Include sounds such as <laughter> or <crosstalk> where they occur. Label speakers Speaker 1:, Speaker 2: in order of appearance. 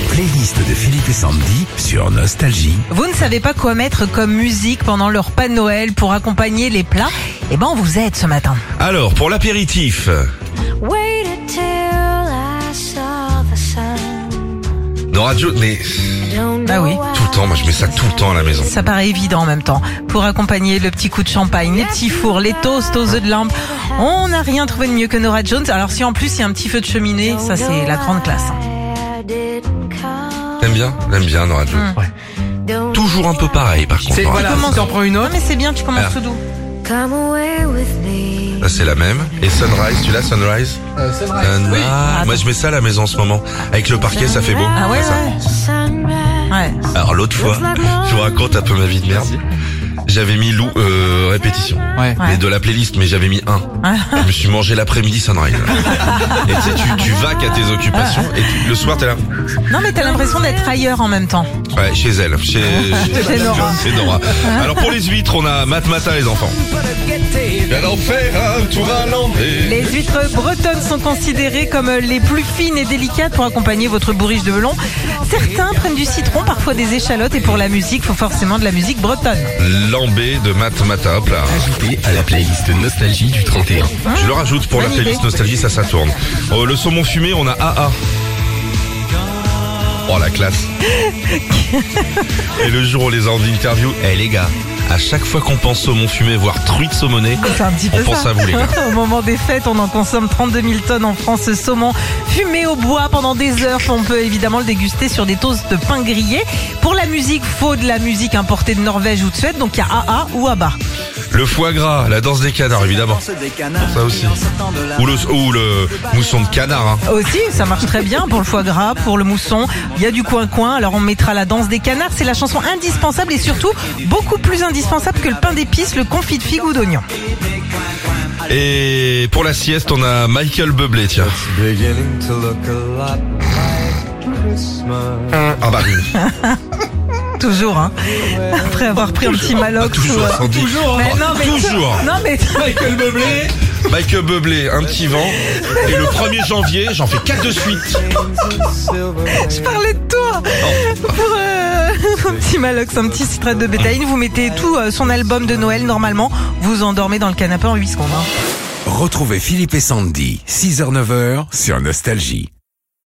Speaker 1: playlist de Philippe et Sandy sur Nostalgie.
Speaker 2: Vous ne savez pas quoi mettre comme musique pendant leur pas de Noël pour accompagner les plats Eh ben, on vous aide ce matin.
Speaker 1: Alors, pour l'apéritif,
Speaker 3: Waited till I saw the sun.
Speaker 1: dans Radio... Mais
Speaker 3: Don't
Speaker 2: Bah
Speaker 3: know
Speaker 2: oui.
Speaker 3: why.
Speaker 1: tout le temps, moi je mets ça tout le temps à la maison.
Speaker 2: Ça paraît évident en même temps. Pour accompagner le petit coup de champagne, les petits fours, les toasts aux œufs de lampe, on n'a rien trouvé de mieux que Nora Jones. Alors si en plus il y a un petit feu de cheminée,
Speaker 3: Don't
Speaker 2: ça c'est
Speaker 3: know
Speaker 2: la grande classe. hein.
Speaker 3: why I didn't come.
Speaker 1: J'aime bien, j'aime bien dans Radio.
Speaker 2: Mm.
Speaker 3: Don't
Speaker 1: Toujours un peu pareil par contre.
Speaker 4: C'est
Speaker 1: dans
Speaker 4: voilà,
Speaker 1: Radio.
Speaker 4: Ah, si t'en prends une
Speaker 2: Non
Speaker 4: autre. Ah.
Speaker 2: mais c'est bien, tu commences
Speaker 1: Alors.
Speaker 2: tout doux.
Speaker 3: come away with me.
Speaker 1: Ça c'est la même. Et Sunrise, tu l'as Sunrise
Speaker 2: Ah,
Speaker 1: Sunrise. Moi je mets ça à la maison en ce moment. Avec le parquet, Euh, ça fait beau.
Speaker 2: Ah ouais,
Speaker 1: Ça.
Speaker 2: ouais.
Speaker 3: Sunrise.
Speaker 2: Ouais.
Speaker 1: Alors l'autre fois, je vous raconte un peu ma vie de merde. J'avais mis loup euh, répétition.
Speaker 4: Ouais.
Speaker 2: Ouais.
Speaker 1: Mais de la playlist, mais j'avais mis un. Je me suis mangé l'après-midi sunrise. et tu sais, tu, tu vaques à tes occupations et tu- le soir t'es là.
Speaker 2: Non mais t'as l'impression d'être ailleurs en même temps.
Speaker 1: Ouais, chez elle, chez, chez,
Speaker 2: Chez Nora.
Speaker 1: chez Nora. Alors pour les huîtres, on a Mat Matin les enfants. Viens en faire un tour à l'envers.
Speaker 2: Les huîtres bretonnes sont considérées comme les plus fines et délicates pour accompagner votre bourriche de melon. Certains prennent du citron, parfois des échalotes et pour la musique, faut forcément de la musique bretonne.
Speaker 1: Lambé de Mat Matin, hop là.
Speaker 5: Ajouté à la playlist Nostalgie du 31.
Speaker 1: Je le rajoute pour la
Speaker 2: Bonne
Speaker 1: playlist
Speaker 2: idée.
Speaker 1: Nostalgie, ça, ça tourne. Oh, le saumon fumé, on a AA. Oh, la classe. Et le jour où on les a en interview, eh les gars, à chaque fois qu'on pense saumon fumé, voire truite saumonée,
Speaker 2: C'est un petit
Speaker 1: on
Speaker 2: peu
Speaker 1: pense
Speaker 2: ça.
Speaker 1: à vous les gars.
Speaker 2: <laughs> Au moment des fêtes, on en consomme 32 000 tonnes en France de saumon fumé au bois pendant des heures. On peut évidemment le déguster sur des toasts de pain grillé. Pour la musique, faut de la musique importée de Norvège ou de Suède, donc il y a AA ou ABBA.
Speaker 1: Le foie gras, la danse des canards, évidemment. Ça aussi. Ou le, ou le mousson de canard, hein.
Speaker 2: Aussi, ça marche très bien pour le foie gras, pour le mousson. Il y a du coin-coin, alors on mettra la danse des canards. C'est la chanson indispensable et surtout beaucoup plus indispensable que le pain d'épices, le confit de figues ou d'oignons.
Speaker 1: Et pour la sieste, on a Michael Bublé, tiens.
Speaker 6: Beginning to look a lot like Christmas.
Speaker 1: Ah bah oui.
Speaker 2: <laughs> Toujours, hein. Après avoir pris un petit malox.
Speaker 1: toujours,
Speaker 2: ou, euh,
Speaker 1: Sandy.
Speaker 2: Mais non, mais-
Speaker 1: Toujours.
Speaker 2: <laughs> Non, mais.
Speaker 1: <laughs> Michael Bublé. Michael Bublé, un petit vent. Et le 1er janvier, j'en fais 4 de suite.
Speaker 2: Je parlais de toi Pour euh, <laughs> un petit malox, un petit citrate de bétaïne, vous mettez tout euh, son album de Noël normalement, vous endormez dans le canapé en 8 secondes. hein.
Speaker 5: Retrouvez Philippe et Sandy, 6h-9h sur Nostalgie.